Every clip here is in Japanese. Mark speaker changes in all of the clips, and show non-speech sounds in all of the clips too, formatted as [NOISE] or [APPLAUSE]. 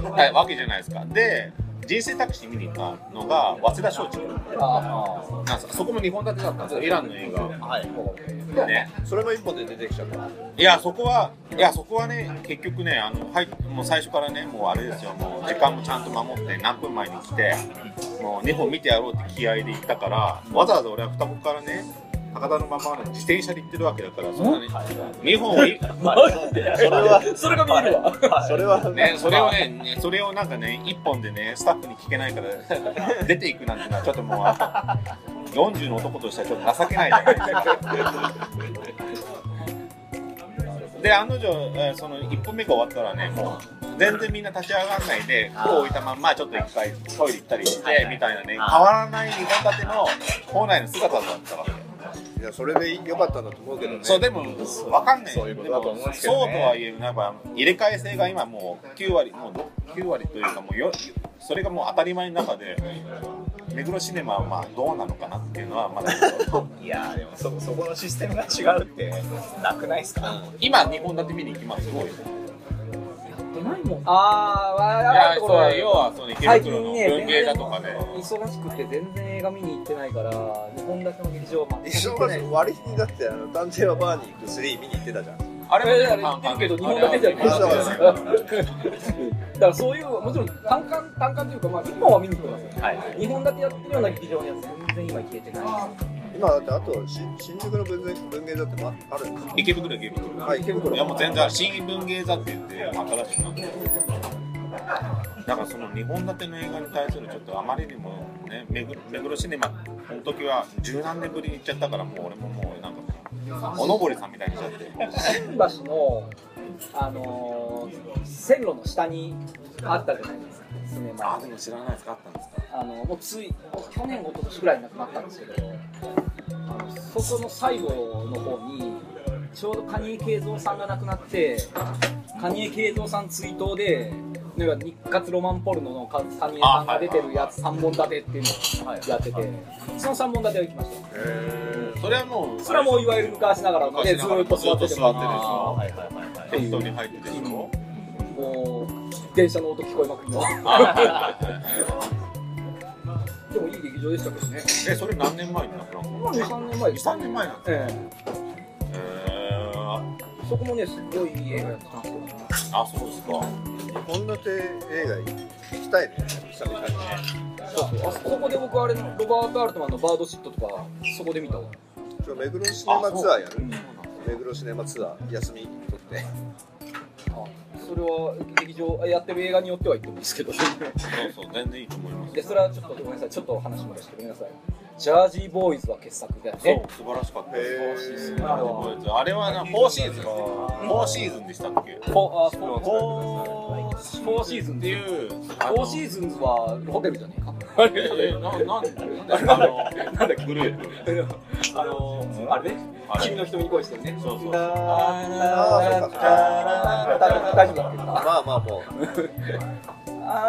Speaker 1: たわけじゃないですかで人生タクシー見に行ったのが早稲田松竹
Speaker 2: あ
Speaker 1: なんですよそこも日本立てだったんですよイランの映
Speaker 3: はい。
Speaker 1: 画ね
Speaker 4: それも一本で出てきちゃった
Speaker 1: いやそこはいやそこはね結局ねあのはいもう最初からねもうあれですよもう時間もちゃんと守って何分前に来てもう2本見てやろうって気合で行ったからわざわざ俺は双子からね高田のままの自転車で行ってるわけだからそんなに2本をい
Speaker 3: まあ、それ
Speaker 2: あ。それが見えるわ。
Speaker 4: それは、
Speaker 1: ねそれをねねそれをなんかね1本でねスタッフに聞けないから出ていくなんてのはちょっともうあの40の男としてはちょっと情けないじゃないですか。で案の定、えーその1本目が終わったらねもう全然みんな立ち上がらないで服を置いたまんまちょっと一回トイレ行ったりしてみたいなね変わらない日本立ての校内の姿だったわけ。
Speaker 4: いやそれで良かったんだと思うけどね
Speaker 1: そうでもわかんない
Speaker 3: そういうことだと思うんですけ
Speaker 1: も
Speaker 3: どね
Speaker 1: そうとはいえなんか入れ替え性が今もう9割もう9割というかもうよそれがもう当たり前の中で目黒シネマはまあどうなのかなっていうのはまだ
Speaker 3: いやでもそ、そこのシステムが違うって、なくないですか
Speaker 1: 今日本立て見に行きますすごいい
Speaker 2: ああ、わあ
Speaker 1: や
Speaker 2: ると
Speaker 1: そ
Speaker 2: ころは
Speaker 1: う要はその池袋の
Speaker 2: 最近ね
Speaker 1: 文芸だとかね
Speaker 2: 忙しくて全然映画見に行ってないから、日本立ての劇場まで。
Speaker 4: 一緒だし割にだってあの探偵はバーに行く3見に行ってたじゃん
Speaker 1: あ
Speaker 2: あれ
Speaker 1: れ
Speaker 2: は
Speaker 1: も
Speaker 2: 言ってるけど、日
Speaker 1: あ
Speaker 2: 本
Speaker 1: れ
Speaker 2: だけじゃ
Speaker 1: は
Speaker 2: ないです
Speaker 4: そ
Speaker 2: か。
Speaker 4: う
Speaker 2: だからそういう、もちろん単館、単館というか、まあ、1本は見に行くんですよ。
Speaker 3: はい。
Speaker 2: 日本だけやってるような劇場には全然今行けてないですよ。
Speaker 4: 今だってあと新新宿の文芸文芸座ってまあるんですか
Speaker 1: 池袋池袋
Speaker 4: はい池袋
Speaker 1: いやもう全然ある新文芸座って言って新しくなってだからその2本立ての映画に対するちょっとあまりにもね目黒目黒シネマの時は十何年ぶりに行っちゃったからもう俺ももうなんかおのぼりさんみたいにしちゃって
Speaker 2: 新橋の、あのー線路の下にあったじゃないですか、スネ
Speaker 1: あ
Speaker 2: マ
Speaker 1: あ。でも知らないですかあったんですか
Speaker 2: あのもうつい去年一昨年ぐらいに亡くなったんですけどあのそこの最後の方にちょうど蟹江慶三さんが亡くなって蟹江慶三さん追悼でなんか日活ロマンポルノのか蟹江さんが出てるやつ3本立てっていうのをやっててその3本立てを行きました
Speaker 1: それはもう
Speaker 2: それはもういわゆる昔ながらので
Speaker 1: 昔
Speaker 2: ず
Speaker 1: なが
Speaker 2: ー
Speaker 1: ら
Speaker 2: っと座って
Speaker 1: ず
Speaker 2: て
Speaker 1: っと座ってるでし
Speaker 2: も
Speaker 1: ょ
Speaker 3: はいはいはいはい。
Speaker 1: 適当に入ってるでしょ
Speaker 2: もう電車の音聞こえまくりの [LAUGHS] でもいい劇場でしたけどね
Speaker 1: えそれ何年前になくなったの
Speaker 2: 23年前です
Speaker 1: 23年前なんですか
Speaker 2: ええ
Speaker 1: えー、
Speaker 2: そこもね、すごいいい映画やってたんですけどね、
Speaker 1: あそうですか
Speaker 4: 本立て映画行きたいね久々に
Speaker 2: そうそうあそこそこで僕、あれの、ロバート・アルトマンのバードシットとか、そこで見たわ。
Speaker 4: ちょ目黒シネマツアーやる
Speaker 1: うん
Speaker 4: 目黒シネマツアー休み取って
Speaker 2: それは劇場やってる映画によっては言ってもいいですけどい
Speaker 1: そうそう、全然いいと思います。
Speaker 2: やそれはちょっとごめんなさいちょっとお話戻してごめんなさいジャージーボーイズは傑作だよ
Speaker 1: そう
Speaker 2: ね、
Speaker 1: 素晴らしかった
Speaker 3: へ
Speaker 1: で
Speaker 3: ー
Speaker 1: す。
Speaker 2: そう
Speaker 1: なるほどあれはな、フォーシーズン。フォーシーズンでしたっけ
Speaker 2: フォーあフォー
Speaker 1: フォー
Speaker 2: フォーシーズン
Speaker 1: っ
Speaker 2: ってて
Speaker 1: い
Speaker 2: いう
Speaker 1: う、フ
Speaker 2: フォーシーズンズはホテルじゃねえか
Speaker 1: えななんなんあのなんだっけグループ
Speaker 2: あのあれね
Speaker 1: あれ
Speaker 2: 君の瞳に恋してるね
Speaker 1: そうそう
Speaker 3: あーそうか
Speaker 2: 大丈夫だっけな
Speaker 4: まあまあもう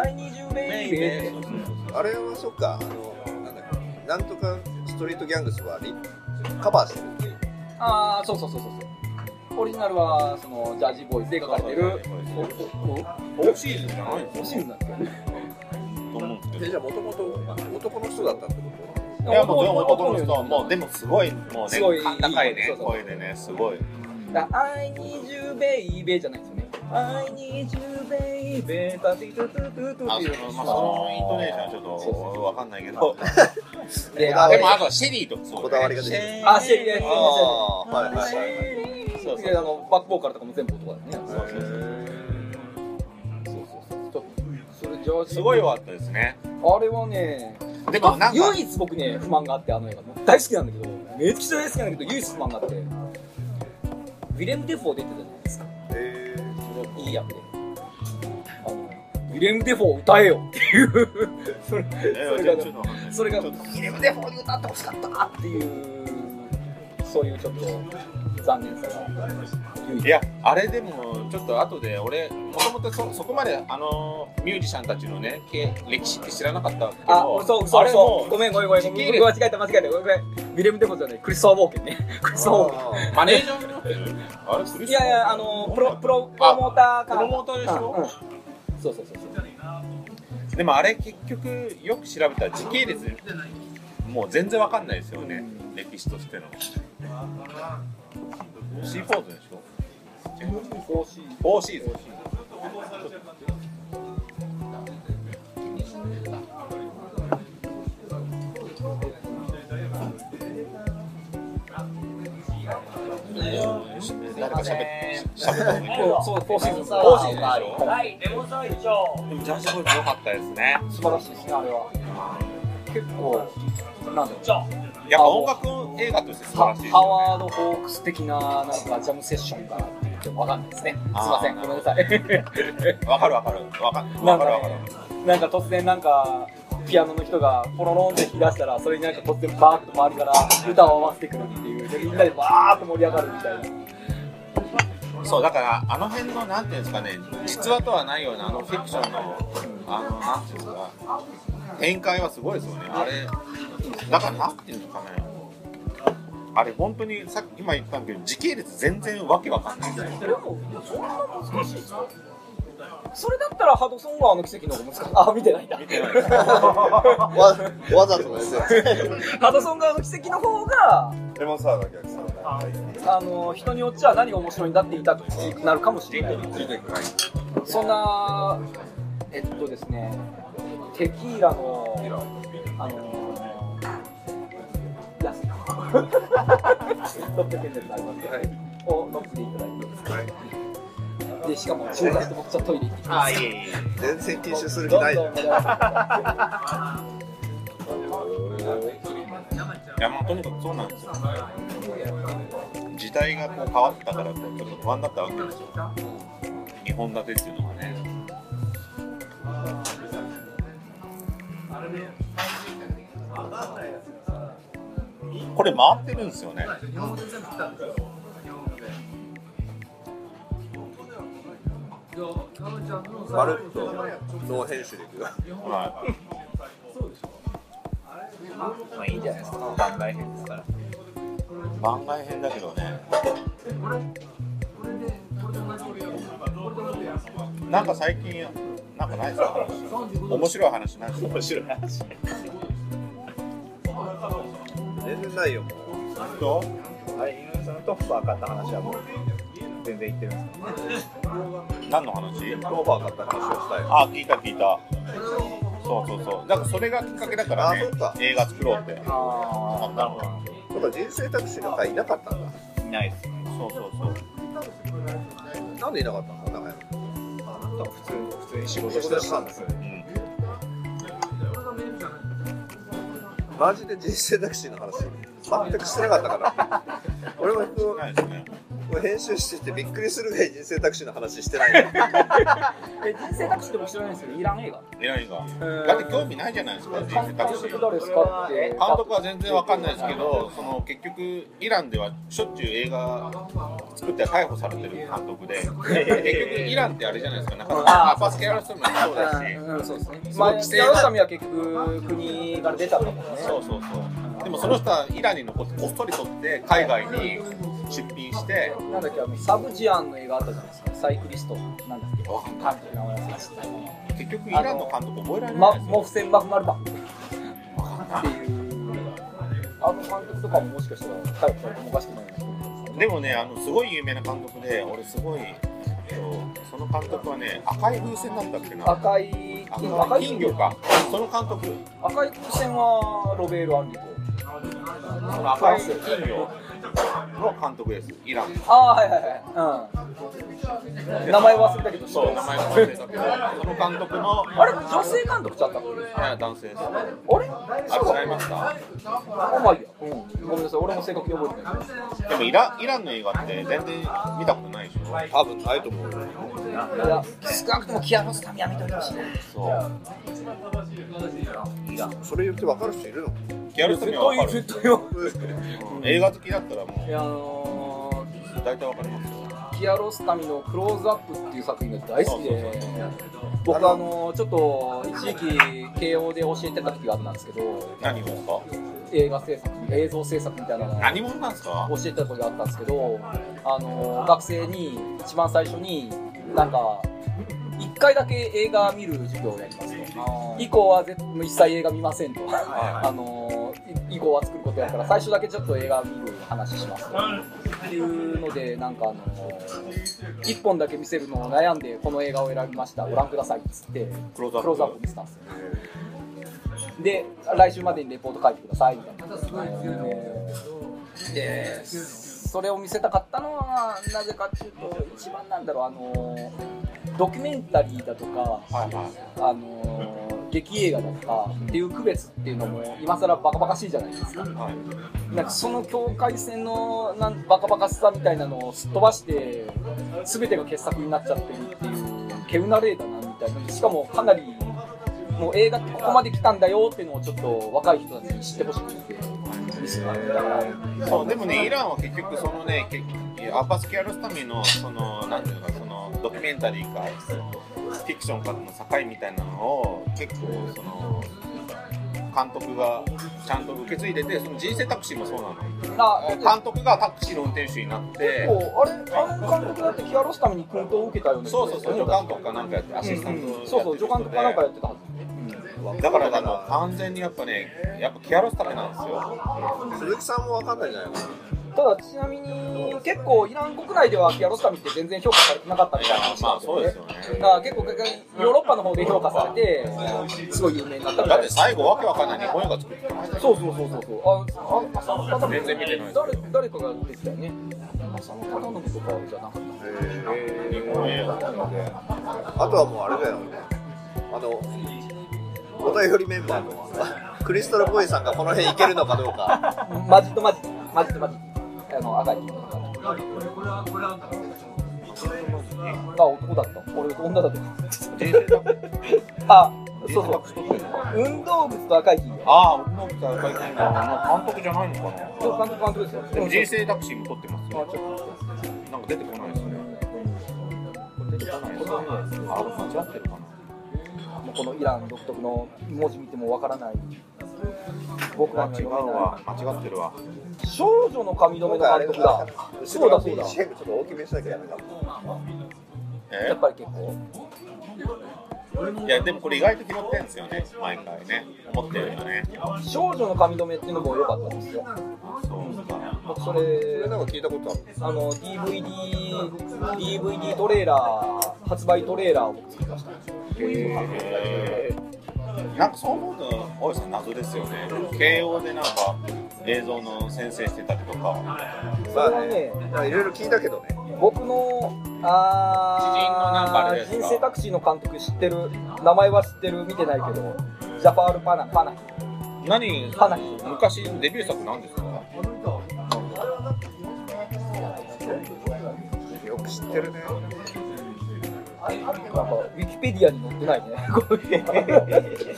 Speaker 2: I need you
Speaker 1: メ
Speaker 2: baby
Speaker 1: イメイそう
Speaker 4: あれはそっかあのなんだっけなんとかストリートギャングスはリカバーしてるっていう
Speaker 2: ああそうそうそうそうそうオリジナルはそのジャージーボーイズで書かれてるおおお
Speaker 1: フォーシーズンじゃないんで
Speaker 2: 欲
Speaker 1: す
Speaker 2: しい
Speaker 1: よ
Speaker 2: んだって
Speaker 1: と思うんですけど
Speaker 4: えじゃあもともと男の人だったってこと
Speaker 1: いやもう男の人はもうでもすごいもうね
Speaker 2: すごい
Speaker 1: 高い
Speaker 2: そ
Speaker 1: ね
Speaker 2: うそう
Speaker 1: 声でねすごい
Speaker 2: だ I need you baby じゃないんですよね I need you baby タティトゥトゥトゥトゥ
Speaker 1: あ
Speaker 2: ってい
Speaker 1: そうのまあそのイントネーションはちょっとわかんないけど
Speaker 2: で
Speaker 4: あ
Speaker 2: あ
Speaker 1: で
Speaker 2: れ
Speaker 1: もあとはシェリーとかそう
Speaker 4: こだわりが出てる
Speaker 2: あシェリーです
Speaker 4: あ
Speaker 2: あ
Speaker 4: あはいはいはいはい
Speaker 1: そうそう
Speaker 2: であのバックボーカルとかも全部男だよねそう
Speaker 1: そうそう
Speaker 2: そうそれジャージー
Speaker 1: すごい良かったですね
Speaker 2: あれはね
Speaker 1: でもなんか
Speaker 2: 唯一僕ね不満があってあの映画大好きなんだけどめっちゃ大好きなんだけど唯一不満があってウィレム・デフォー出てたじゃないですか
Speaker 4: え
Speaker 2: いい役であのウィレム・デフォー歌えよっていうそれそれが
Speaker 1: ちょっとわかんない
Speaker 2: それがウ
Speaker 1: ちょっと
Speaker 2: ィレム・デフォーに歌ってほしかったなっていうそういうちょっと残念さが唯一
Speaker 1: いやあれでもちょっと後で俺もともとそそこまであのミュージシャンたちのねけ歴史って知らなかったんだけど
Speaker 2: あ、そう、
Speaker 1: あ
Speaker 2: そう、
Speaker 1: れ
Speaker 2: そ
Speaker 1: も
Speaker 2: う。ごめん、ごめん、ごめん。
Speaker 1: 時
Speaker 2: ご
Speaker 1: 系
Speaker 2: めん
Speaker 1: 列
Speaker 2: 間違えた、間違えた。ごめん。ウィレム・デフォーじゃない。クリストファー・ウォーケン
Speaker 1: [LAUGHS]
Speaker 2: ね。クリストファー・ウォーケン。
Speaker 4: ー
Speaker 1: マネージャーになってるあれクリス
Speaker 2: いやいや、あの、プロ、プロ、プロモーターか。
Speaker 1: プロモーターでしょ
Speaker 2: うんうんそうそうそうそう。
Speaker 1: でもあれ結局よく調べたら時系列もう全然わかんないですよね歴史としてのシーフォーズでしょフォーシーズン誰か喋って喋った方がいい
Speaker 2: そう、フォーシ
Speaker 1: フォーシ
Speaker 2: ーズン。フ
Speaker 1: ーズンでし
Speaker 2: ー
Speaker 1: ょはいレモンサワー一丁でもジャージーボーイズ良かったですね
Speaker 2: ズン。素晴らしいですね、あれは。結構、なんだろう。
Speaker 1: やっぱ音楽映画として素晴らしいです
Speaker 2: ハ
Speaker 1: よね
Speaker 2: ワード・ホークス的な、なんか、ジャムセッションかなって言ってもわかんないですね。すい
Speaker 1: あー
Speaker 2: ません、ごめんなさい。
Speaker 1: わかるわかるわかる
Speaker 2: な
Speaker 1: わ
Speaker 2: ん
Speaker 1: か
Speaker 2: か
Speaker 1: るわかる
Speaker 2: ね、 [LAUGHS] なんか突然なんか、ピアノの人がポロロンって弾き出したら、それになんか突然バーッと周りから歌を合わせてくるっていう、でみんなでバーッと盛り上がるみたいな。
Speaker 1: そうだからあの辺のなんていうんですかね実話とはないようなあのフィクションのあのなんていうんですか展開はすごいですよねあれだからなんていうんですかねあれ本当にさっき今言ったんだけど時系列全然わけわかんないんですよ
Speaker 2: それだったらハドソン川の奇跡の方が難しい。あ、見てないんだ。
Speaker 1: 見てないです
Speaker 4: わわざとですよ
Speaker 2: ハドソン川の奇跡の方が、
Speaker 3: レモンサワーが逆さま
Speaker 2: あの、人によっちゃ何が面白いんだって言いたくなるかもしれない。そんな、えっとですね、テキーラの、あの、安い。600円でありますけど、を飲んでいただいていいですか。で、しかも、中華と僕ちょっとトイレ行ってきます。
Speaker 4: 全然禁酒する気ないじゃん
Speaker 2: どんどんお願いします
Speaker 1: いやまあとにかくそうなんですよ時代がこう変わったからこうちょっと不安だったわけですよ日本立てっていうのがねこれ回ってるんですよね
Speaker 4: まるっとノー編集でいくよ
Speaker 1: はい
Speaker 3: あいいんじゃないですか番外編ですから
Speaker 1: 番外編だけどねなんか最近なんかないですか面白い話ないですか
Speaker 3: 面白い話
Speaker 4: 全然ないよも
Speaker 1: と
Speaker 3: あれ井上さんのトッファー買った話はもう全然言ってるんですか
Speaker 1: 何の話
Speaker 4: うローファー買った話をしたよ
Speaker 1: あ聞いた聞いたそうそうそうだからそれがきっかけだからね
Speaker 4: あそっか
Speaker 1: 映画作ろうって
Speaker 2: あ
Speaker 1: あなるほど
Speaker 4: そうか人生タクシーの会いなかったんだ
Speaker 3: いないです
Speaker 1: そうそうそう
Speaker 4: なんでいなかったの中山
Speaker 3: 多分普通に普通に仕事してたんですよ
Speaker 4: マジで人生タクシーの話全くしてなかったから俺もこ
Speaker 1: ないですね。
Speaker 4: う編集しててびっくりするぐらい人生タクシーの話してないの
Speaker 2: え人生タクシーって僕知らないんですけどイラン映画
Speaker 1: 偉いが。
Speaker 2: ー
Speaker 1: だって興味ないじゃないですか、人生タ
Speaker 2: 監
Speaker 1: クシ
Speaker 2: 督
Speaker 1: ー。
Speaker 2: 誰ですかって
Speaker 1: 監督は全然わかんないですけど、その結局、イランではしょっちゅう映画作って逮捕されてる監督で、結局、イランってあれじゃないですか、なかなか、バスケやらせてもそうだし、
Speaker 2: うん、そうですね。まあ、
Speaker 1: 規制
Speaker 2: やるためは結局、国から出たんだもんね。
Speaker 1: そうそうそう、でもその人はイランに残って、こっそり取って、海外に出品して、
Speaker 2: なんだっけ、あの、サブジアンの映画あったじゃないですか。サイクリスト。なんだっけ。
Speaker 1: わかんない
Speaker 2: 監督の名前忘れまし
Speaker 1: 結局、イランの監督、覚えら
Speaker 2: た。
Speaker 1: れ
Speaker 2: ま
Speaker 1: な、いです
Speaker 2: モ
Speaker 1: よ
Speaker 2: フセンマフマルバっていう。あの監督とかももしかしたら、逮捕されてもおかしくないです
Speaker 1: でもね、あのすごい有名な監督で、俺、すごい、えっとその監督はね、赤い風船だったっけな。
Speaker 2: 赤い金魚、
Speaker 1: 赤い金魚か。その監督、
Speaker 2: 赤い風船はロベール・アンリと。
Speaker 1: その赤い金魚の監督です。イラン。
Speaker 2: ああ、はいはいはい。うん。名前忘れたけど、
Speaker 1: そう、名前忘れたけど、その監督の、
Speaker 2: あれ、女性監督ちゃったっけ
Speaker 1: あ男性です。あ、
Speaker 2: あれ
Speaker 1: 違いました。
Speaker 2: あまあいいや、うん、ごめんなさい、俺も正確に覚えてない。
Speaker 1: でもイラ、イランの映画って全然見たことないでしょ。
Speaker 4: 多分ないと思うよ
Speaker 2: いや、少なくともキアノスタミは見といてほしい。
Speaker 1: そう。
Speaker 4: それ言って分かる人いるの
Speaker 1: ギャル
Speaker 2: 絶
Speaker 1: 人にはわか
Speaker 2: 対、
Speaker 1: る。
Speaker 2: 絶対よ。
Speaker 1: うん映画好きだったらも
Speaker 2: いや、あの
Speaker 1: う、大体わかりますよ。
Speaker 2: ー、キアロスタミのクローズアップっていう作品が大好
Speaker 1: そうそう
Speaker 2: きで
Speaker 1: そう、
Speaker 2: 僕、あのー、ちょっと一時期、慶応で教えてた時があったんですけど、
Speaker 1: 何もですか
Speaker 2: 映画制作、映像制作みたいなのを
Speaker 1: 何者なんですか
Speaker 2: 教えてた時があったんですけど、あのー、学生に一番最初に、なんか、一回だけ映画見る授業をやりますと。以降は絶一切映画見ませんと、あのーい以降は作ることやから最初だけちょっと映画見る話しますとっていうのでなんかあのー、1本だけ見せるのを悩んでこの映画を選びましたご覧くださいっつって
Speaker 1: クローズアップ
Speaker 2: クローズアップ見せたんですよで来週までにレポート書いてくださいみたいなでそれを見せたかったのはなぜかっていうと一番なんだろうあのードキュメンタリーだとか
Speaker 1: はいはい。
Speaker 2: あのー劇映画だとかっていう区別っていうのも今更バカバカしいじゃないですか
Speaker 1: はい、
Speaker 2: なんかその境界線のなんバカバカしさみたいなのをすっ飛ばして全てが傑作になっちゃってるっていうけうな例だなみたいなしかもかなりもう映画ってここまで来たんだよっていうのをちょっと若い人たちに知ってほしくて見せただから
Speaker 1: そうでもねイランは結局そのね結アッバス・キアロスタミのそのなんていうのかそのドキュメンタリーかフィクションかの境みたいなのを結構その監督がちゃんと受け継いでてその人生タクシーもそうなの
Speaker 2: あ
Speaker 1: 監督がタクシーの運転手になって
Speaker 2: 結構あれあの監督だってヒアロスタミに訓導を受けたよね
Speaker 1: そうそうそう助監督かなんかやってアシスタント
Speaker 2: うんそうそう助監督かなんかやってたはず
Speaker 1: だからねもう完全にやっぱねやっぱキアロスタミなんですよ
Speaker 4: 鈴木さんも分かんないんじゃないか
Speaker 2: ただちなみに結構イラン国内ではキアロスタミって全然評価されてなかったみたいな話
Speaker 1: ま
Speaker 2: なん
Speaker 1: あそう
Speaker 2: で
Speaker 1: ですすよ
Speaker 2: よねだ
Speaker 1: ね
Speaker 2: から結構ヨーロッパの方で評価されてすごい有名になったみ
Speaker 1: だ
Speaker 2: た
Speaker 1: って
Speaker 2: いです
Speaker 1: 最後わけわかんない日本映画作ってましたよ
Speaker 2: そうそうそうそうそうああああ
Speaker 1: 全然見てないです
Speaker 2: 誰誰かが出てたよね浅野忠信とかじゃなかった
Speaker 1: 日本映画
Speaker 4: あとはもうあれだよあのお便りメンバーのクリスタルボーイさんがこの辺いけるのかどうか
Speaker 2: マジとマジマジとマジあの赤い金髪あ男だった俺女だったあそうそう運動靴と赤い金髪
Speaker 1: ああ、僕の北海道の監督じゃないのかな。
Speaker 2: そう監督監督ですよ
Speaker 1: でも人生タクシーも撮ってますよ。なんか出てこないですね。出てこないですね。あ、間違ってるか
Speaker 2: もうこのイラン独特の文字見てもわからない僕ら
Speaker 1: な。
Speaker 2: には
Speaker 1: 間違う
Speaker 2: 読
Speaker 1: わ。間
Speaker 2: めな
Speaker 1: 違ってるわ。
Speaker 2: い少女の髪留めの監督だそうだそうだ
Speaker 4: BGM ちょっと大きめにしなきゃダメだ
Speaker 2: や
Speaker 1: え
Speaker 2: っぱり結構
Speaker 1: いや、でもこれ意外と拾ってんですよね。毎回ね。思ってるよね。
Speaker 2: 少女の髪留めっていうのも良かったんですよ
Speaker 1: そうですか。
Speaker 2: 僕それ
Speaker 4: それなんか聞いたことある
Speaker 2: あの DVD, DVD トレーラー発売トレーラーを僕作りました
Speaker 1: へーなんかそう思うと、大石さん謎ですよね。慶応でなんか映像の先生してたりとか。
Speaker 2: それ
Speaker 4: まあ
Speaker 2: はね
Speaker 4: ねいろいろ聞いたけどね
Speaker 2: 僕のあ
Speaker 1: 知人のなんかあれですか
Speaker 2: 人生タクシーの監督知ってる名前は知ってる見てないけどジャパールパナパナヒ
Speaker 1: 何
Speaker 2: パナヒ
Speaker 1: 昔デビュー作なんですか
Speaker 3: よく知ってるね。
Speaker 2: なんかウィキペディアに載ってないねこういう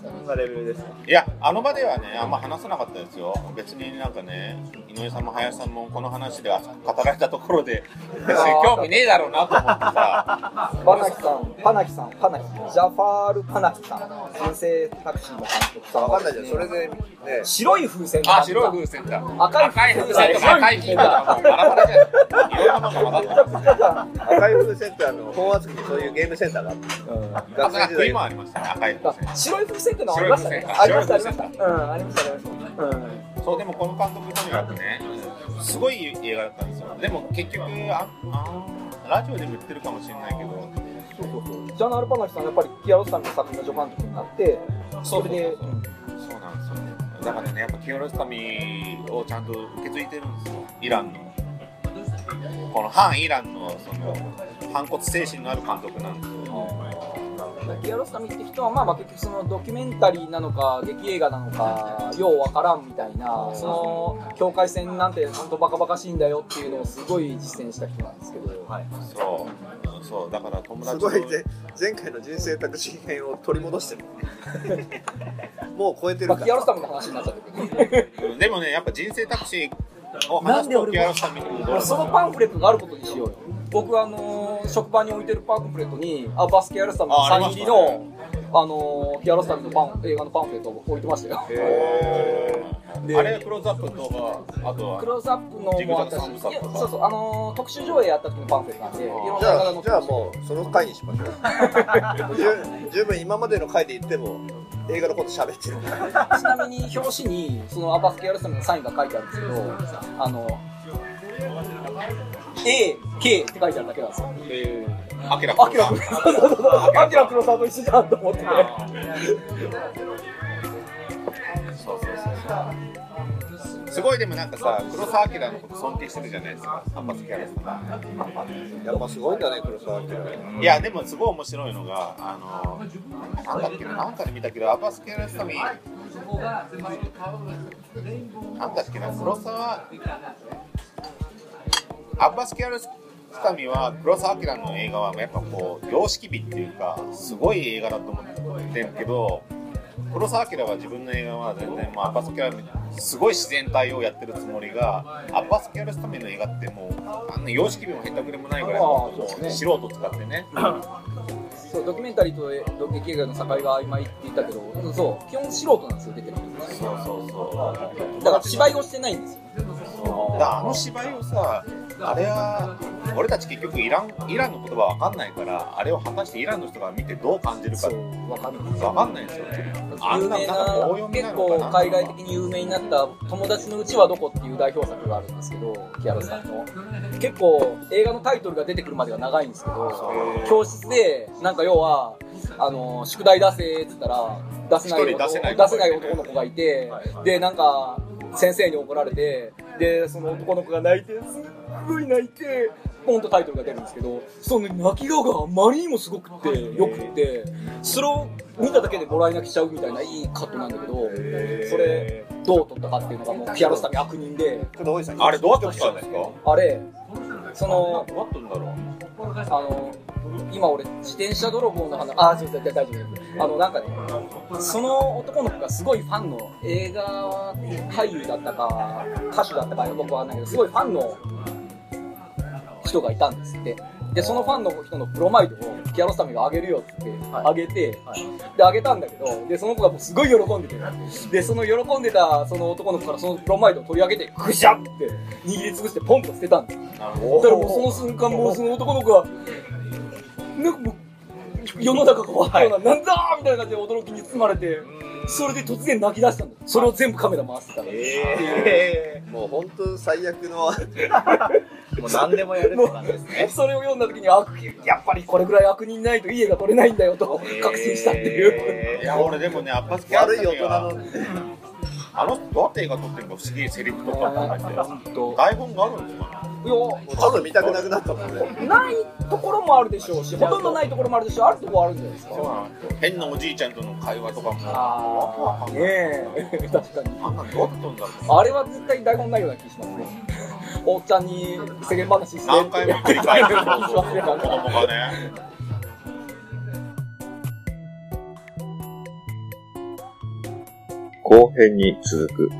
Speaker 3: そんなレベルです。
Speaker 1: いやあの場ではねあんま話さなかったですよ別になんかね井上さんも林さんもこの話で語られたところで別に興味ねえだろうなと思ってさ
Speaker 2: の [LAUGHS] パナヒさんパナヒさんパナヒジャパールパナヒさん人生タクシーの監督さん
Speaker 4: わかんないじゃん、それで、ね、
Speaker 2: 白い風船
Speaker 1: [LAUGHS]
Speaker 2: だ
Speaker 1: あ白い風船だ
Speaker 2: 赤い
Speaker 1: 赤い風船とか
Speaker 2: 白
Speaker 1: 赤い
Speaker 2: い風
Speaker 1: 金
Speaker 2: 船
Speaker 1: 貨とかもうバラバラじゃんいろんなものが混ざってます
Speaker 4: 赤い風船ってあの、本厚木にそういうゲームセンターがあって、学生時代
Speaker 1: 今ありましたね赤い風船
Speaker 2: 白い風船ってのはありましたねあり
Speaker 1: 白
Speaker 2: ま
Speaker 1: い
Speaker 2: した
Speaker 1: 風
Speaker 2: ありま
Speaker 1: 船
Speaker 2: し
Speaker 1: か
Speaker 2: たうんありましたありましたうん
Speaker 1: そうでもこの監督とにかくねすごい映画だったんですよでも結局ああラジオでも言ってるかもしれないけど
Speaker 2: そうそうそうジャーナルパナヒさんやっぱりキアロスさんの作品の助監督になってそれでうん
Speaker 1: そうなんですよねだからねやっぱ清ロスタミをちゃんと受け継いでるんですよイランのこの反イランのその反骨精神のある監督なんですよ
Speaker 2: ギアロスタミって人は、まあ、まあ結局そのドキュメンタリーなのか劇映画なのかようわからんみたいなその境界線なんて本当バカバカしいんだよっていうのをすごい実践した人なんですけど、
Speaker 1: そうそうだから友達と
Speaker 4: すごいぜ、前回の人生タクシー編を取り戻
Speaker 3: [LAUGHS]
Speaker 4: してる。もう超えて
Speaker 2: まあ、
Speaker 4: るか
Speaker 2: ギアロ
Speaker 4: ら
Speaker 2: ス。タミの話になっちゃったけど
Speaker 1: うんでもねやっぱ人生タクシーを
Speaker 2: な
Speaker 1: 話
Speaker 2: ん
Speaker 1: す
Speaker 2: で
Speaker 1: と清
Speaker 2: 俺
Speaker 1: ロ
Speaker 2: も
Speaker 1: スタミに戻
Speaker 2: 俺
Speaker 1: る
Speaker 2: そのパンフレットがあることにしようよ僕あのー職場に置いてるパンフレットにあバスケアロスタミの
Speaker 1: ああり
Speaker 2: サ
Speaker 1: ま
Speaker 2: イン
Speaker 1: し
Speaker 2: 入
Speaker 1: た
Speaker 2: り
Speaker 1: ね
Speaker 2: のあのーギアロスタミのパン映画のパンフレットを置いてましたよ
Speaker 1: あれクローズアップとかあとは
Speaker 2: クローズアップの
Speaker 1: ジグ
Speaker 2: も
Speaker 1: ザ
Speaker 2: あっ
Speaker 1: グ
Speaker 2: たし
Speaker 1: サムズア
Speaker 2: いや
Speaker 1: ップ
Speaker 2: そうそうあのー特集上映やった時のパンフレットなんでいろん
Speaker 4: じ
Speaker 2: な映画が載
Speaker 4: ゃ
Speaker 2: っ
Speaker 4: あ、じ
Speaker 2: て
Speaker 4: ゃあ
Speaker 2: ました
Speaker 4: もう、その回にしましょう。もう十十分今までの回で言っても、映画のこと喋ってる。
Speaker 2: ちなみに表紙にそのアバスケヤルサムのサインが書いてあるんですけど、あの A K って書いてあるだけなんですよ。
Speaker 1: アキラ
Speaker 2: アキラ君、そうそうそうそう [LAUGHS] アキラ黒沢と一緒じゃんと思って。
Speaker 1: そうそうそうそうすごいでもなんかさ黒澤明のこと尊敬してるじゃないですかアパスキャラさんが
Speaker 4: やっぱすごいんだね、黒沢明。
Speaker 1: いやでもすごい面白いのがあのなんだっけななんかで見たけどアパスキャラさんなんだっけな黒沢アッバス・キャルスタミは黒澤明の映画はやっぱこう様式美っていうかすごい映画だと思ってるけど黒澤明は自分の映画は全然もうアッバス・キャルすごい自然体をやってるつもりがアッバス・キャルスタミの映画ってもうあんな様式美もへったくれもないぐらいの
Speaker 2: ああそうね
Speaker 1: 素人使ってね
Speaker 2: そうドキュメンタリーとド劇映画の境が曖昧って言ったけど、そう基本素人なんですよ出てる人。
Speaker 1: そうそうそう
Speaker 2: だから芝居をしてないんですよ。
Speaker 1: だからあの芝居をさあれは俺たち結局イランイランの言葉わかんないからあれを果たしてイランの人が見てどう感じるか
Speaker 2: うわかんない。
Speaker 1: わかんないですよねあ
Speaker 2: 有
Speaker 1: んな
Speaker 2: 名
Speaker 1: なんか棒読
Speaker 2: な
Speaker 1: みな
Speaker 2: 結
Speaker 1: のかな
Speaker 2: 構海外的に有名になった「友達のうちはどこ?」っていう代表作があるんですけどキアロスさんの結構映画のタイトルが出てくるまでが長いんですけど教室でなんか要はあの宿題出せっつったら出せない
Speaker 1: 一人出せない
Speaker 2: 出せない男の子がいてでなんか先生に怒られてでその男の子が泣いてすっごい泣いてポンとタイトルが出るんですけどその泣き顔があまりにもすごくってよくってそれを見ただけでもらい泣きしちゃうみたいないいカットなんだけどそれどう撮ったかっていうのがもうピアロスタミ悪人で
Speaker 4: ちょっと大井さん。
Speaker 1: あれどうやって来たんですかど
Speaker 2: あれその
Speaker 1: うやってんだろ
Speaker 2: あの今俺自転車泥棒の話あーすいません大丈夫ですあのなんかねその男の子がすごいファンの映画俳優だったか歌手だったかよくわかんないけどすごいファンの人がいたんですってでそのファンの人のプロマイドをキアロスタミがあげるよって言って、あげて、であげたんだけどでその子がもうすごい喜んでてでその喜んでたその男の子からそのプロマイドを取り上げてぐしゃって握りつぶしてポンと捨てたんです
Speaker 1: うなる
Speaker 2: だ
Speaker 1: ほ
Speaker 2: からもうその瞬間もうその男の子はなんかもう世の中が終わったような、なんだーみたいな感じで驚きに包まれてそれで突然泣き出したんだよそれを全部カメラ回してたから、
Speaker 3: え
Speaker 4: もう本当最悪
Speaker 3: [LAUGHS]
Speaker 4: の。
Speaker 3: えもう何でもやるって感じですね。
Speaker 2: それを読んだ時に悪人やっぱりこれぐらい悪人ないと家が取れないんだよと確信したっていう、
Speaker 1: どいや俺でもねアッパスキャラ
Speaker 4: 悪
Speaker 1: さ
Speaker 4: い大人
Speaker 1: ん
Speaker 4: の
Speaker 1: が。あの人どうやって映画撮ってるのか不思議セリフとか考えて
Speaker 2: 本当
Speaker 1: 台本があるんですかね
Speaker 2: うい
Speaker 4: ちょっと見たくなくなったもんね。
Speaker 2: やないところもあるでしょうしほとんどないところもあるでしょうあるところあるんじゃないですか
Speaker 1: 変なおじいちゃんとの会話とかも
Speaker 2: ああねえ確かに
Speaker 1: あんなのどうやって撮んだろう
Speaker 2: あれは絶対台本ないような気しますねおっちゃんに世間話して
Speaker 1: 何回も繰り返すそうそ
Speaker 4: [LAUGHS]
Speaker 1: う
Speaker 2: 忘れた
Speaker 1: 子
Speaker 2: [LAUGHS]
Speaker 1: 供がね
Speaker 5: 後編に続く。